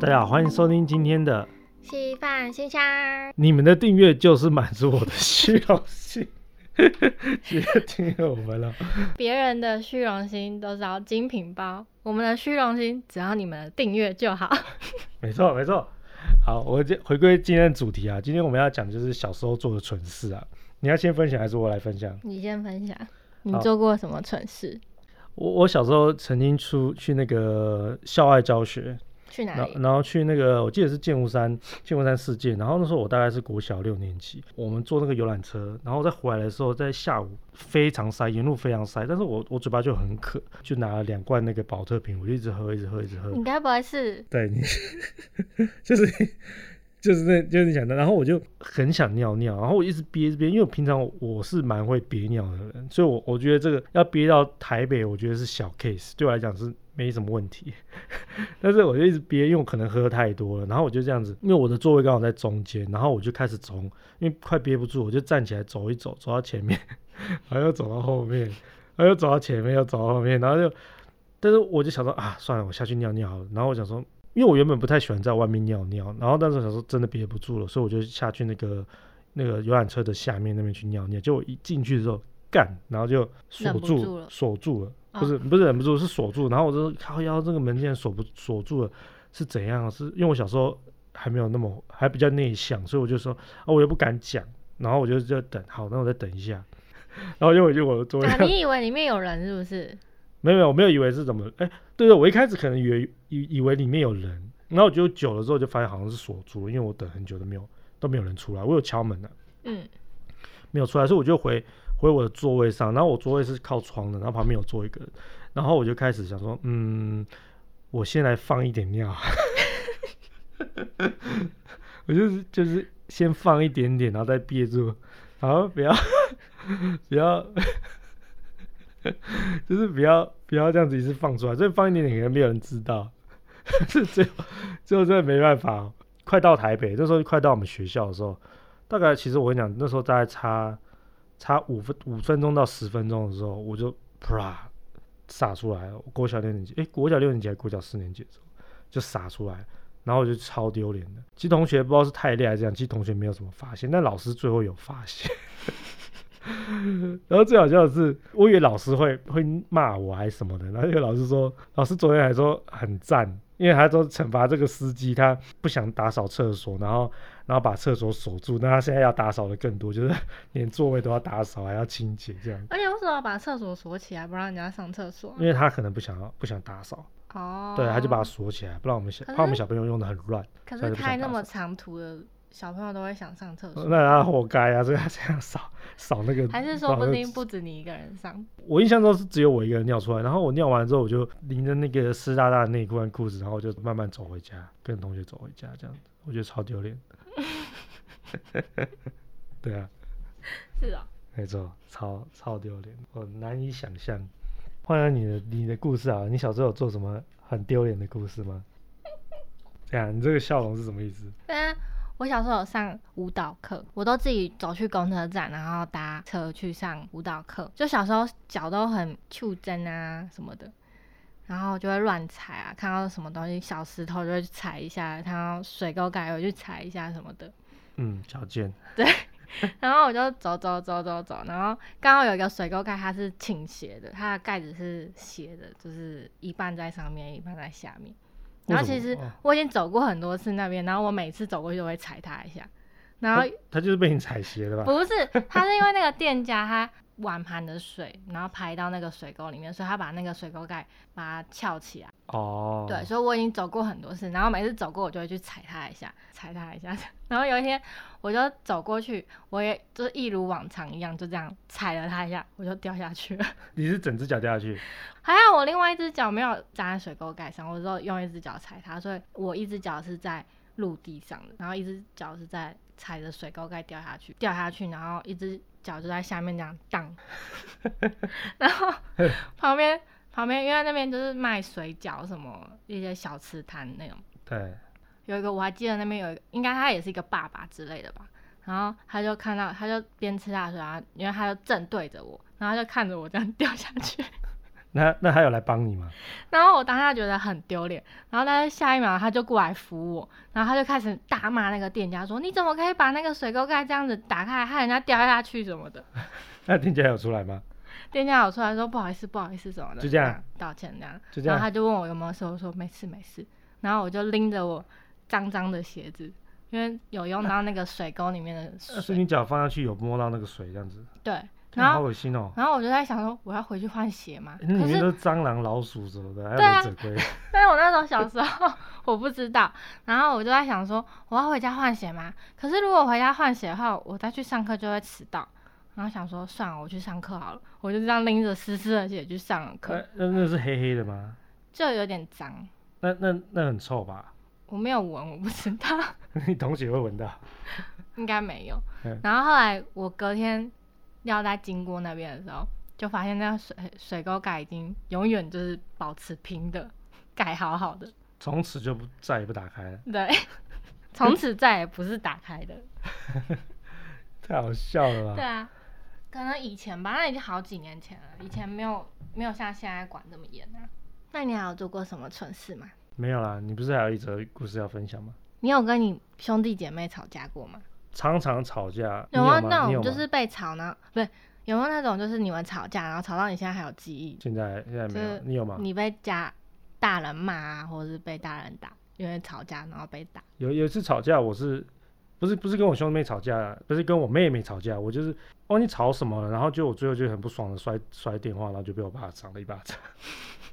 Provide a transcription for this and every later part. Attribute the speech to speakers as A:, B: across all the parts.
A: 大家好，欢迎收听今天的，
B: 稀饭鲜香，
A: 你们的订阅就是满足我的虚荣 心，直接订阅我们了。
B: 别人的虚荣心都是要精品包，我们的虚荣心只要你们的订阅就好。
A: 没错，没错。好，我今回归今天的主题啊，今天我们要讲就是小时候做的蠢事啊。你要先分享还是我来分享？
B: 你先分享，你
A: 好
B: 做过什么蠢事？
A: 我我小时候曾经出去那个校外教学，
B: 去哪
A: 然后
B: 里？
A: 然后去那个我记得是剑湖山剑湖山世界，然后那时候我大概是国小六年级，我们坐那个游览车，然后再回来的时候，在下午非常塞，沿路非常塞，但是我我嘴巴就很渴，就拿了两罐那个保特瓶，我就一直喝，一直喝，一直喝。
B: 你该不会是
A: 对你， 就是就是那就是你想的，然后我就很想尿尿，然后我一直憋一直憋，因为我平常我是蛮会憋尿的人，所以我我觉得这个要憋到台北，我觉得是小 case，对我来讲是没什么问题。但是我就一直憋，因为我可能喝太多了，然后我就这样子，因为我的座位刚好在中间，然后我就开始从，因为快憋不住，我就站起来走一走，走到前面，然后又走到后面，然后又走到前面，又走到后面，然后就，但是我就想说啊，算了，我下去尿尿好了。然后我想说，因为我原本不太喜欢在外面尿尿，然后但是我想说真的憋不住了，所以我就下去那个那个游览车的下面那边去尿尿。结果一进去的时候，干，然后就锁
B: 忍不
A: 住
B: 住了
A: 锁住了。
B: 啊
A: 不是不是忍不住是锁住，然后我就说靠腰这个门竟然锁不锁住了，是怎样？啊是因为我小时候还没有那么还比较内向，所以我就说啊我又不敢讲，然后我就就等好，那我再等一下， 然后因为我就我的座位
B: 啊？
A: 上
B: 你以为里面有人是不是？
A: 没有没有，我没有以为是怎么，哎、对对，我一开始可能以为以以为里面有人，然后我就久了之后就发现好像是锁住了，因为我等很久都没有都没有人出来，我有敲门的、啊
B: 嗯，
A: 没有出来，所以我就回回我的座位上，然后我座位是靠窗的，然后旁边有坐一个人，然后我就开始想说，嗯，我先来放一点尿， 我就是就是先放一点点，然后再憋住，然后不要 不要， 就是不要不要这样子一直放出来，所以放一点点可能没有人知道， 这最后最后真的没办法，快到台北，那时候快到我们学校的时候。大概其实我跟你讲，那时候大概差差五分五分钟到十分钟的时候，我就啪洒出来了。国小六年级，诶，国小六年级还是国小四年级的时候就洒出来，然后我就超丢脸的。其实同学不知道是太累还是怎样，其实同学没有什么发现，但老师最后有发现。 然后最好笑的是，我以为老师会会骂我还是什么的，然后那个老师说，老师昨天还说很赞，因为他说惩罚这个司机他不想打扫厕所，然后然后把厕所锁住，那他现在要打扫的更多，就是连座位都要打扫，还要清洁这样，
B: 而且为什么要把厕所锁起来，不让人家上厕所啊？
A: 因为他可能不想要不想打扫，
B: 哦，
A: 对，他就把它。锁起来，不然我们小
B: 可是
A: 怕我们小朋友用的很乱，
B: 可
A: 所以就
B: 是
A: 不想
B: 开那
A: 打
B: 么
A: 扫
B: 长途的小朋友都会想上厕所，
A: 那他活该啊，所以他这样扫 扫那个，
B: 还是说
A: 扫那
B: 不
A: 个
B: 定不止你一个人上？
A: 我印象中是只有我一个人尿出来，然后我尿完之后，我就拎着那个湿哒哒的内裤和裤子，然后我就慢慢走回家，跟同学走回家，这样子，我觉得超丢脸。 对啊，
B: 是啊、
A: 没错，超超丢脸，我难以想象。换了你的你的故事啊，你小时候有做什么很丢脸的故事吗？ 对啊，你这个笑容是什么意思？
B: 但我小时候有上舞蹈课，我都自己走去公车站，然后搭车去上舞蹈课。就小时候脚都很粗针啊什么的，然后就会乱踩啊，看到什么东西小石头就会去踩一下，看到水沟盖我就踩一下什么的。
A: 嗯，矫健，
B: 然后我就走走走走走，然后刚好有一个水沟盖，它是倾斜的，它的盖子是斜的，就是一半在上面，一半在下面。然后
A: 为
B: 其
A: 什么
B: 实
A: 哦
B: 我已经走过很多次那边，然后我每次走过去都会踩它一下， 然后
A: 他他就是被你踩斜了吧？
B: 不是，他是因为那个店家他碗盘的水，然后排到那个水沟里面，所以他把那个水沟盖把它翘起来。
A: 哦，
B: 对，所以我已经走过很多次，然后每次走过我就会去踩它一下，踩它一下。 然后有一天我就走过去，我也就是一如往常一样，就这样踩了它一下，我就掉下去了。
A: 你是整只脚掉下去，
B: 还好我另外一只脚没有站在水沟盖上，我只有用一只脚踩它，所以我一只脚是在陆地上的，然后一只脚是在踩着水沟盖掉下去，掉下去，然后一只脚就在下面这样荡，然后旁边旁边因为那边就是卖水饺什么一些小吃摊那种，
A: 对，
B: 有一个我还记得那边有一个，应该他也是一个爸爸之类的吧。然后他就看到，他就边吃大水啊，因为他就正对着我，然后他就看着我这样掉下去，
A: 那那他有来帮你吗？
B: 然后我当下觉得很丢脸，然后但是下一秒他就过来扶我，然后他就开始大骂那个店家说：“你怎么可以把那个水沟盖这样子打开，害人家掉下去什么的
A: 那店家有出来吗？？”
B: 店家有出来说：“不好意思，不好意思什么的，
A: 就这样
B: 道歉这样。”
A: 就这
B: 然后
A: 样，
B: 他就问我有没有事，我说没事没事。然后我就拎着我脏脏的鞋子，因为有用到那个水沟里面 的
A: 啊所以
B: 水，
A: 你脚放下去有摸到那个水这样子，
B: 对。
A: 天啊
B: 然
A: 好
B: 后
A: 恶心哦、
B: 然后我就在想说，我要回去换鞋嘛。
A: 那里
B: 可
A: 面
B: 是
A: 都是蟑螂、老鼠什么的，还有
B: 对啊
A: 忍 者龟。
B: 但是我那时候小时候我不知道，然后我就在想说，我要回家换鞋嘛。可是如果回家换鞋的话，我再去上课就会迟到。然后想说，算了，我去上课好了。我就这样拎着湿湿的鞋去上了课，
A: 那那那是黑黑的吗？
B: 就有点脏。
A: 那那那很臭吧？
B: 我没有闻，我不知道，
A: 你同学会闻到。
B: 应该没有
A: 嗯。
B: 然后后来我隔天要在经过那边的时候，就发现那个水水沟盖已经永远就是保持平的，盖好好的，
A: 从此就不再也不打开了，
B: 对，从此再也不是打开的。
A: 嗯太好笑了
B: 对
A: 吧？
B: 啊，可能以前吧，那已经好几年前了，以前没有没有像现在管这么严啊。那你还有做过什么蠢事吗？
A: 没有啦，你不是还有一则故事要分享吗？
B: 你有跟你兄弟姐妹吵架过吗？
A: 常常吵架，你
B: 没有啊
A: 吗？
B: 那
A: 你有
B: 种
A: 吗
B: 就是被吵呢？不是，有没有那种就是你们吵架，然后吵到你现在还有记忆，
A: 现在现在没
B: 就
A: 有，
B: 是
A: 你有吗？
B: 你被家大人骂啊，或者是被大人打，因为吵架然后被打？
A: 有有一次吵架，我是不是不是跟我兄妹吵架啊，不是跟我妹妹吵架，我就是忘记吵什么了，然后就我最后就很不爽的摔摔电话，然后就被我爸赏了一巴掌。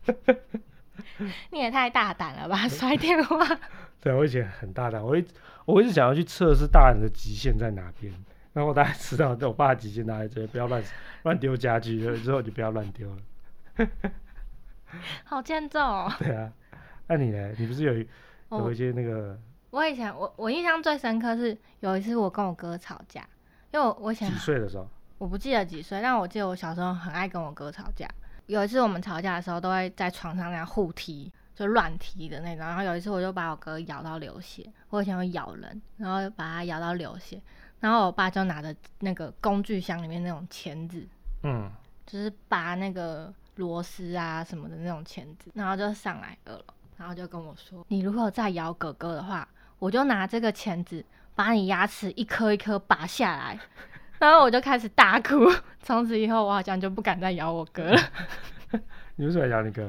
B: 你也太大胆了吧， 摔电话！
A: 对，我以前很大胆，我一我一直想要去测试大人的极限在哪边，然后我大概知道，对我爸的极限大概就是不要乱乱丢家具，之后就不要乱丢了。
B: 好欠揍哦。
A: 对啊，那你呢？你不是有一有
B: 哦
A: 一些那个
B: 我以前我我印象最深刻是有一次我跟我哥吵架，因为我我以前
A: 几岁的时候？
B: 我不记得几岁，但我记得我小时候很爱跟我哥吵架。有一次我们吵架的时候，都会在床上那样互踢，就乱踢的那种。然后有一次我就把我哥咬到流血，我以前会咬人，然后把他咬到流血。然后我爸就拿着那个工具箱里面那种钳子，
A: 嗯，
B: 就是拔那个螺丝啊什么的那种钳子，然后就上来二楼，然后就跟我说：“你如果再咬哥哥的话，我就拿这个钳子把你牙齿一颗一颗拔下来。”然后我就开始大哭， 从此以后我好像就不敢再咬我哥了，
A: 你为什么要咬你哥？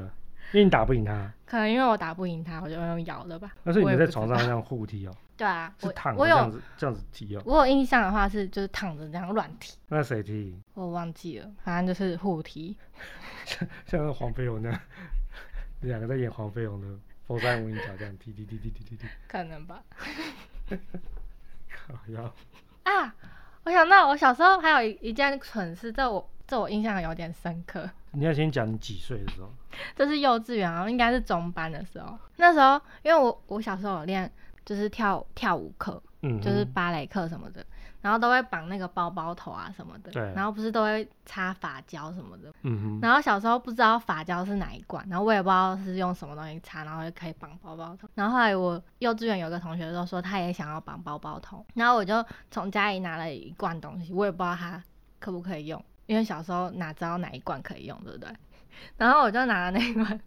A: 因为你打不赢他，
B: 可能因为我打不赢他，我就用咬的吧。
A: 但是你
B: 我
A: 们
B: 也
A: 在
B: 不知
A: 床上
B: 道
A: 这样互踢哦，
B: 对啊，
A: 是
B: 我
A: 躺着
B: 我
A: 这样
B: 有
A: 子这样子踢哦。
B: 我有印象的话是就是躺着这样乱踢，
A: 那谁踢？
B: 我忘记了，反正就是互踢。
A: 像那黄飞鸿那样，两个在演黄飞鸿的佛山无影脚这样踢踢踢踢踢踢踢，
B: 可能吧。
A: 靠腰！
B: 啊，我想到我小时候还有一一件蠢事，这我这我印象有点深刻，
A: 你要先讲你几岁的时候，
B: 这是幼稚园啊，应该是中班的时候。那时候因为我我小时候有练就是跳跳舞课，
A: 嗯哼，
B: 就是芭蕾课什么的，然后都会绑那个包包头啊什么的，
A: 对
B: 然后不是都会擦发胶什么的。
A: 嗯哼，
B: 然后小时候不知道发胶是哪一罐，然后我也不知道是用什么东西擦，然后就可以绑包包头。然后后来我幼稚园有个同学就说他也想要绑包包头，然后我就从家里拿了一罐东西，我也不知道它可不可以用，因为小时候哪知道哪一罐可以用，对不 对？然后我就拿了那一罐，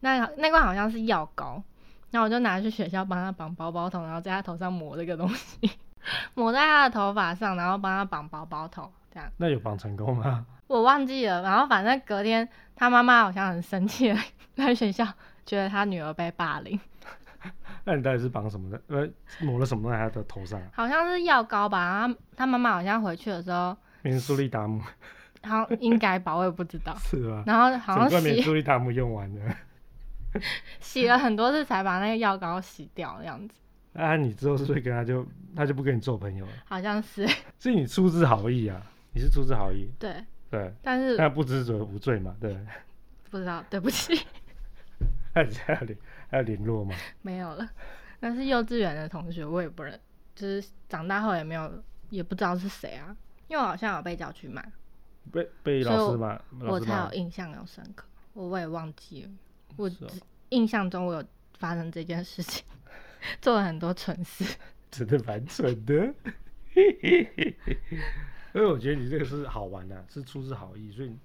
B: 那那罐好像是药膏，然后我就拿去学校帮他绑包包头，然后在他头上抹这个东西， 抹在他的头发上，然后帮他绑包包头，这样。
A: 那有绑成功吗？
B: 我忘记了，然后反正隔天他妈妈好像很生气，在学校觉得他女儿被霸凌，
A: 那你到底是绑什么的？呃，抹了什么在他的头上啊？
B: 好像是药膏吧。然后他妈妈好像回去的时候，
A: 明苏利达 姆
B: 好像应该吧，我也不知 道。
A: 是吧？
B: 然后好
A: 整
B: 像
A: 罐明
B: 洗
A: 苏利达姆用完了。
B: 洗了很多次才把那个药膏洗掉的样子，
A: 啊，你之后是不是跟他就他就不跟你做朋友了？
B: 好像是
A: 所以你出自好意啊，你是出自好意，
B: 对，
A: 对，
B: 但是
A: 那不知者无罪嘛，对。
B: 不知道，对不起，
A: 那你还有联还有联络吗？
B: 没有了。那是幼稚园的同学，我也不认，就是长大后也没有，也不知道是谁啊，因为我好像有被叫去骂，
A: 被被
B: 所以
A: 老师
B: 我
A: 骂，老
B: 我
A: 师
B: 才
A: 骂
B: 有印象有深刻，我我也忘记了，我
A: 是哦
B: 只印象中我有发生这件事情， 做了很多蠢事。
A: 真的 蛮蠢的。啊因为我觉得你这个是好玩的、是出自好意，所以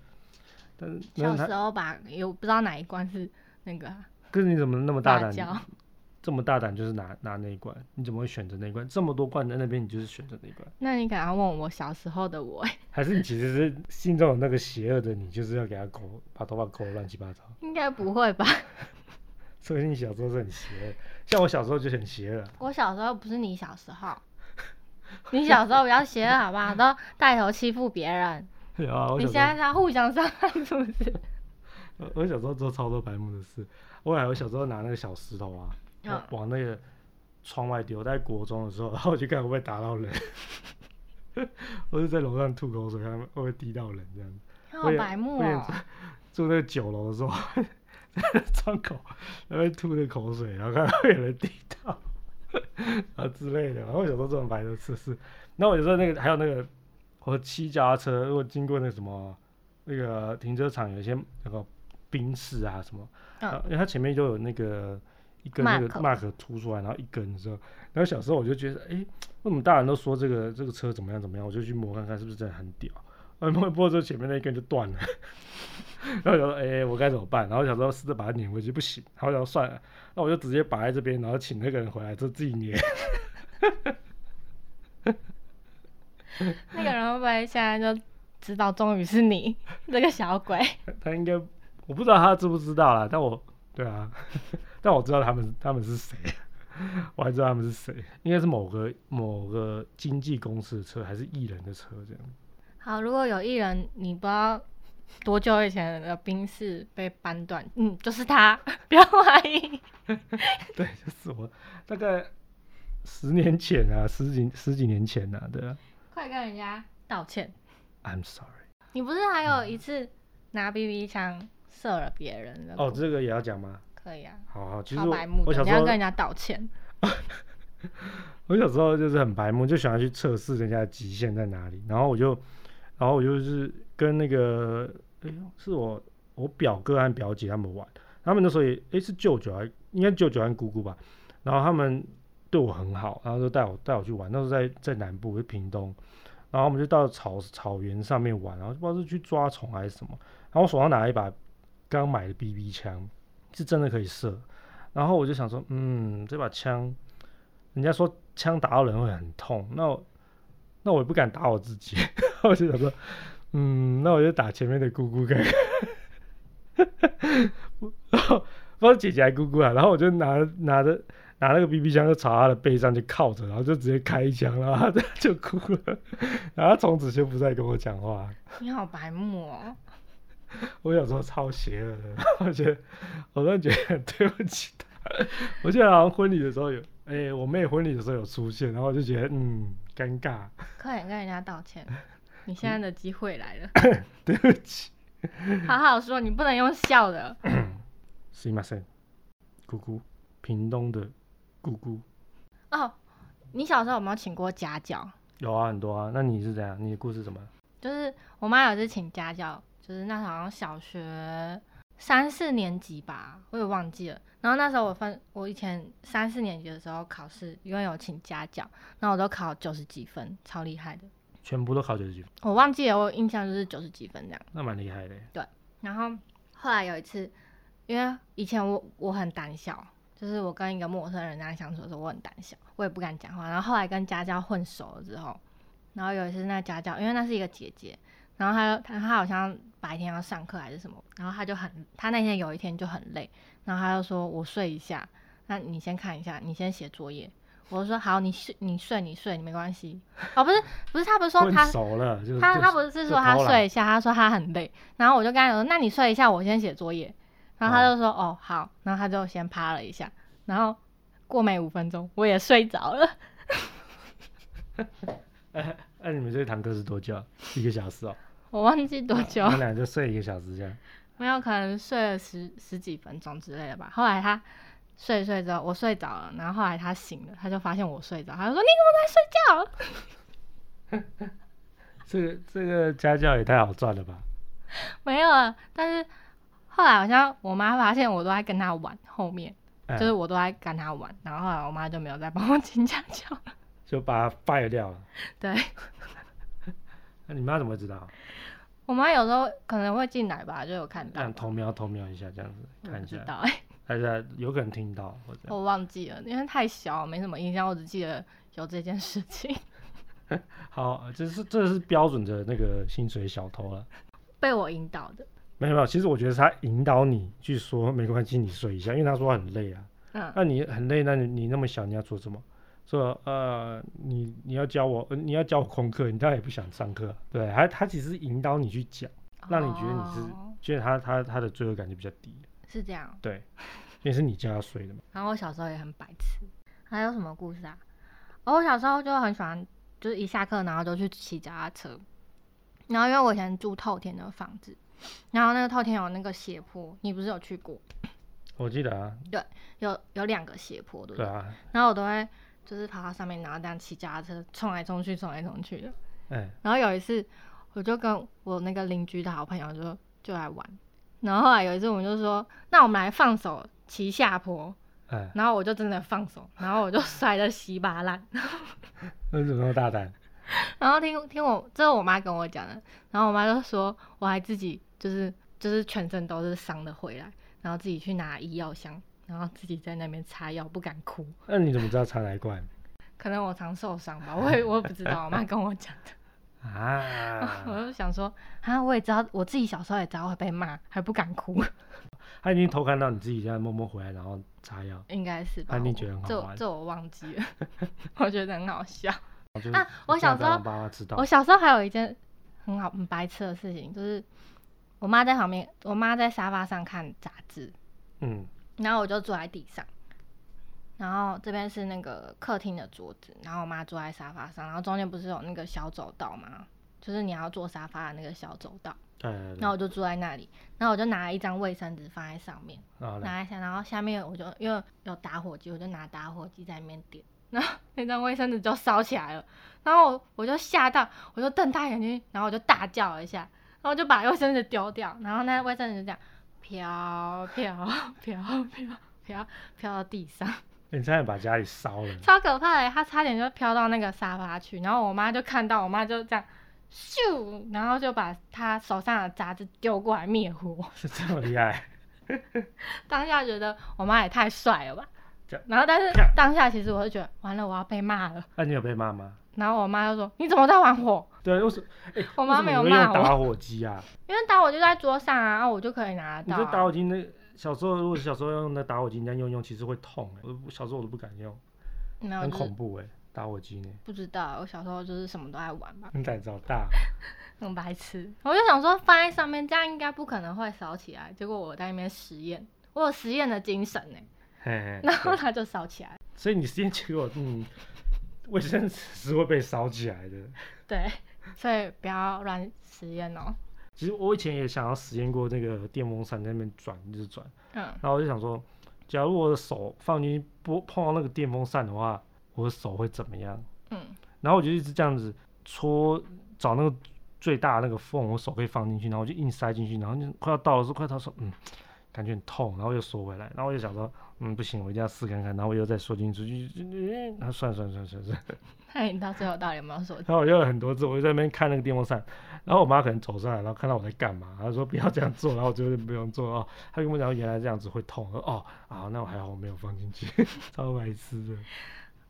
A: 但是
B: 小
A: 那
B: 时
A: 他，
B: 候吧，有不知道哪一关是那个啊
A: 可是你怎么那么大
B: 辣
A: 胆？
B: 椒，
A: 这么大胆就是拿拿那一罐，你怎么会选择那一罐？这么多罐在那边，你就是选择那一罐，
B: 那你可能要问我小时候的我、 欸，
A: 还是你其实是心中有那个邪恶的你，就是要给他抠，把头发抠得乱七八糟？
B: 应该不会吧？
A: 所以你小时候是很邪恶，像我小时候就很邪恶 啊、
B: 我小时候不是你小时候，你小时候比较邪恶好不好？都带头欺负别人，
A: 有啊，我
B: 你
A: 小
B: 现
A: 时候
B: 在是要互相伤害是不是？
A: 我我小时候做超多白目的事。我来我小时候拿那个小石头啊，往
B: 嗯
A: 往那个窗外丢。在国中的时候，然后我就看会不会打到人。我就在楼上吐口水，看会不会滴到人这样子。
B: 好
A: 我也
B: 白目
A: 我也
B: 哦、
A: 住住那个九楼的时候，在窗口那边吐那口水，然后看会有人滴到，啊之类的。然后我小时候这种白的测试，然后我有时候那个还有那个，我骑脚踏车如果经过那个什么那个停车场，有一些那个冰室啊什么，
B: 嗯
A: 啊因为它前面就有那个。一根那个
B: Mark
A: mark 凸出来，然后一根的时候，然后小时候我就觉得，哎、为什么大人都说这个这个车怎么样怎么样，我就去摸看看是不是真的很屌。我摸一摸之后，前面那一根就断了。 然后我想说，哎、我该怎么办？然后想说试着把它拧回去，不行。然后我想说算了，那我就直接摆在这边，然后请那个人回来，就自己捏。
B: 那个人会不会现在就知道终于是你 这个小鬼？
A: 他应该我不知道他知不知道啦，但我对啊， 但我知道他们他们是谁，我还知道他们是谁，应该是某个某个经纪公司的车，还是艺人的车这样。
B: 好，如果有艺人你不知道多久以前的冰室被扳断，嗯，就是他，不要怀疑。
A: 对，就是我大概十年前啊，十几十几年前啊，对啊
B: 快跟人家道歉。
A: ，I'm sorry。
B: 你不是还有一次拿 BB 枪射了别人的？
A: 哦，这个也要讲吗？
B: 可以啊，
A: 好好，其实
B: 超
A: 我
B: 白目
A: 我
B: 的，
A: 小
B: 你
A: 时
B: 要
A: 候
B: 跟人家道歉。
A: 我小时候就是很白目，就喜欢去测试人家的极限在哪里。然后我就，然后我就是跟那个，哎、呦，是我我表哥和表姐他们玩，他们那时候也，哎、是舅舅还应该舅舅和姑姑吧。然后他们对我很好，然后就带我带我去玩。那时候在在南部，就屏东，然后我们就到草草原上面玩，然后不知道是去抓虫还是什么。然后我手上拿了一把刚买的 BB 枪，是真的可以射。然后我就想说，嗯，这把枪，人家说枪打到人会很痛，那我那我也不敢打我自己， 我就想说，嗯，那我就打前面的姑姑看看。 然后不知道姐姐还姑姑啊，然后我就拿拿着拿那个 BB 枪就朝她的背上就靠着，然后就直接开一枪，然后她 就哭了，然后她从此就不再跟我讲话。
B: 你好白目哦、
A: 我小时候超邪恶的，然 后我觉得，我突然觉得很对不起他。我记得好像婚礼的时候有，哎、我妹婚礼的时候有出现，然后我就觉得，嗯，尴尬，
B: 快点跟人家道歉。你现在的机会来了，
A: 对不起。
B: 好好说，你不能用笑的。
A: すいません，姑姑，屏东的姑姑
B: 哦，你小时候有没有请过家教？
A: 有啊，很多啊。那你是怎样？你的故事怎么？
B: 就是我妈有一次请家教，就是那时候好像小学三四年级吧，我也忘记了。然后那时候我分，我以前三四年级的时候考试，因为有请家教，然后我都考九十几分，超厉害的。
A: 全部都考九十几分，
B: 我忘记了，我印象就是九十几分这样。
A: 那蛮厉害的。
B: 然后后来有一次，因为以前我我很胆小，就是我跟一个陌生人那样相处的时候，我很胆小，我也不敢讲话。然后后来跟家教混熟了之后，然后有一次那家教，因为那是一个姐姐，然后她她她好像白天要上课还是什么，然后她就很她那天有一天就很累，然后她就说我睡一下，那你先看一下，你先写作业。我就说好，你睡你睡你睡，你没关系。哦，不是不是，她不是说
A: 混
B: 她
A: 熟了，就是
B: 他
A: 就
B: 他不是
A: 就
B: 说他
A: 偷懒
B: 睡一下，他说他很累，然后我就跟他讲说，那你睡一下，我先写作业。然后他就说，哦好，然后他就先趴了一下，然后过没五分钟我也睡着了，
A: 哎哎，你们这堂课是多久啊？一个小时哦、
B: 我忘记多久
A: 你，们俩就睡一个小时这样。
B: 没有可能睡了十十几分钟之类的吧。后来他睡一睡之后我睡着了，然后后来他醒了，他就发现我睡着，他就说你怎么在睡觉？
A: 这个这个家教也太好赚了吧？
B: 没有了，但是后来好像我妈发现我都在跟他玩，后面
A: 哎
B: 就是我都在跟他玩，然后后来我妈就没有再帮我 请家教。
A: 就把它 fire 掉了。
B: 对，
A: 那、你妈怎么会知道？
B: 我妈有时候可能会进来吧，就有看到
A: 这。样偷瞄偷瞄一下，这样子
B: 我
A: 看
B: 不
A: 一
B: 知
A: 下，
B: 道哎、
A: 大家有可能听到或者
B: 我忘记了，因为太小，没什么印象，我只记得有这件事情。
A: 好，这是这是标准的那个薪水小偷了。
B: 被我引导 的。
A: 没有没有，其实我觉得是他引导你去说没关系，你睡一下，因为他说很累啊。
B: 嗯，
A: 那你很累，那你你那么小，你要做什么？说呃，你你要教我，呃你要教我功课，你当然也不想上课，啊对，他他其实引导你去讲，让你觉得你是
B: 哦、
A: 觉得他他他的罪恶感就比较低，
B: 是这样。
A: 对，因为是你叫他睡的嘛，
B: 然后我小时候也很白痴。还有什么故事啊？哦，我小时候就很喜欢，就是一下课然后就去骑脚踏车。然后因为我以前住透天的房子，然后那个透天有那个斜坡，你不是有去过？
A: 我记得啊，
B: 有有两个斜坡，对不
A: 对
B: 对？
A: 啊，
B: 然后我都会就是爬到上面，然后这样骑脚踏车冲来冲去，冲来冲去的。
A: 哎，
B: 然后有一次，我就跟我那个邻居的好朋友就就来玩，然后后来有一次我们就说，那我们来放手骑下坡，
A: 哎，
B: 然后我就真的放手，然后我就摔得稀巴烂。
A: 那怎么那么大胆？
B: 然后听听我这是我妈跟我讲的，然后我妈就说我还自己就是就是全身都是伤的回来，然后自己去拿医药箱，然后自己在那边擦药，不敢哭。
A: 那你怎么知道插哪一罐
B: 可能我常受伤吧，我也我也不知道，我妈跟我讲的。我
A: 啊？
B: 就想说，啊，我也知道，我自己小时候也知道会被骂，还不敢哭，
A: 他已经偷看到你自己这样默默回来，然后擦药，
B: 应该是吧？
A: 啊你
B: 我
A: 觉得很好
B: 这我
A: 玩
B: 这我忘记了， 我觉得很好笑。
A: 然后就
B: 啊我
A: 这样
B: 小时
A: 才让
B: 候
A: 爸妈知道
B: 我，小时候还有一件很好很白痴的事情，就是我妈在旁边，我妈在沙发上看杂志，
A: 嗯，
B: 然后我就坐在地上，然后这边是那个客厅的桌子，然后我妈坐在沙发上，然后中间不是有那个小走道吗？就是你要坐沙发的那个小走道，
A: 对对对，
B: 然后我就坐在那里，然后我就拿了一张卫生纸放在上面。
A: 然后嘞
B: 拿一下，然后下面我就因为有打火机，我就拿打火机在那边点，然后那张卫生纸就烧起来了，然后我我就吓到，我就瞪大眼睛，然后我就大叫了一下，然后我就把卫生纸丢掉，然后那卫生纸就这样飘飘飘飘飘飘到地上，
A: 你差点把家里烧了，
B: 超可怕的，它差点就飘到那个沙发去，然后我妈就看到，我妈就这样咻，然后就把她手上的杂志丢过来灭火。
A: 是这么厉害？
B: 当下觉得我妈也太帅了吧
A: 这样，
B: 然后但是
A: 啪
B: 当下其实我就觉得完了，我要被骂了。
A: 那、你有被骂吗？
B: 然后我妈就说：“你怎么在玩火
A: 对，为什么？哎、
B: 我
A: 为
B: 妈
A: 什么
B: 没有
A: 你会用
B: 骂我
A: 打火机 啊！？”
B: 因为打火就在桌上啊，啊我就可以拿
A: 你
B: 得
A: 这
B: 到、
A: 打
B: 啊。
A: 火机那小时候，如果小时候用那打火机，你这样用用，其实会痛、哎，我都不小时候我都不敢用，
B: 没有，
A: 很
B: 就是
A: 恐怖哎、打火 机呢，
B: 不知道，我小时候就是什么都爱玩吧，
A: 你胆子好大。
B: 很白痴。我就想说放在上面，这样应该不可能会烧起来。结果我在那边实验，我有实验的精神呢、
A: 嘿嘿
B: 然后
A: 对
B: 它就烧起来了。
A: 所以你实验结果，嗯，卫生纸是会被烧起来的。
B: 对，所以不要乱实验哦。
A: 其实我以前也想要实验过那个电风扇在那边转，一直转，
B: 嗯，
A: 然后我就想说，假如我的手放进去不碰到那个电风扇的话，我的手会怎么样？
B: 嗯，
A: 然后我就一直这样子戳，找那个最大的那个缝，我手可以放进去，然后我就硬塞进去，然后就快要到的时候，快到的时候，嗯，感觉很痛，然后又缩回来，然后我就想说，嗯，不行，我一定要试看看，然后我又再缩进去，就就就嗯，啊算了算了算了算了算了，
B: 那你到最后到底有没有说？
A: 然后我又很多次，我就在那边看那个电风扇，然后我妈可能走上来，然后看到我在干嘛，她说不要这样做，然后我就是不用做哦，她跟我讲原来这样子会痛，我说哦，啊，那我还好我没有放进去， 超白痴的。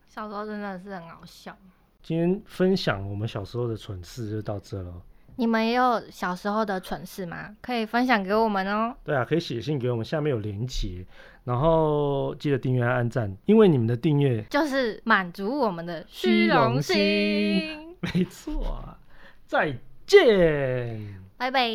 B: 小时候真的是很好笑。
A: 今天分享我们小时候的蠢事就到这了。
B: 你们也有小时候的蠢事吗？可以分享给我们哦。
A: 对啊，可以写信给我们，下面有连结，然后记得订阅、按赞，因为你们的订阅，
B: 就是满足我们的
A: 虚
B: 虚
A: 荣
B: 荣
A: 心
B: 心。
A: 没错啊，再见。
B: 拜拜。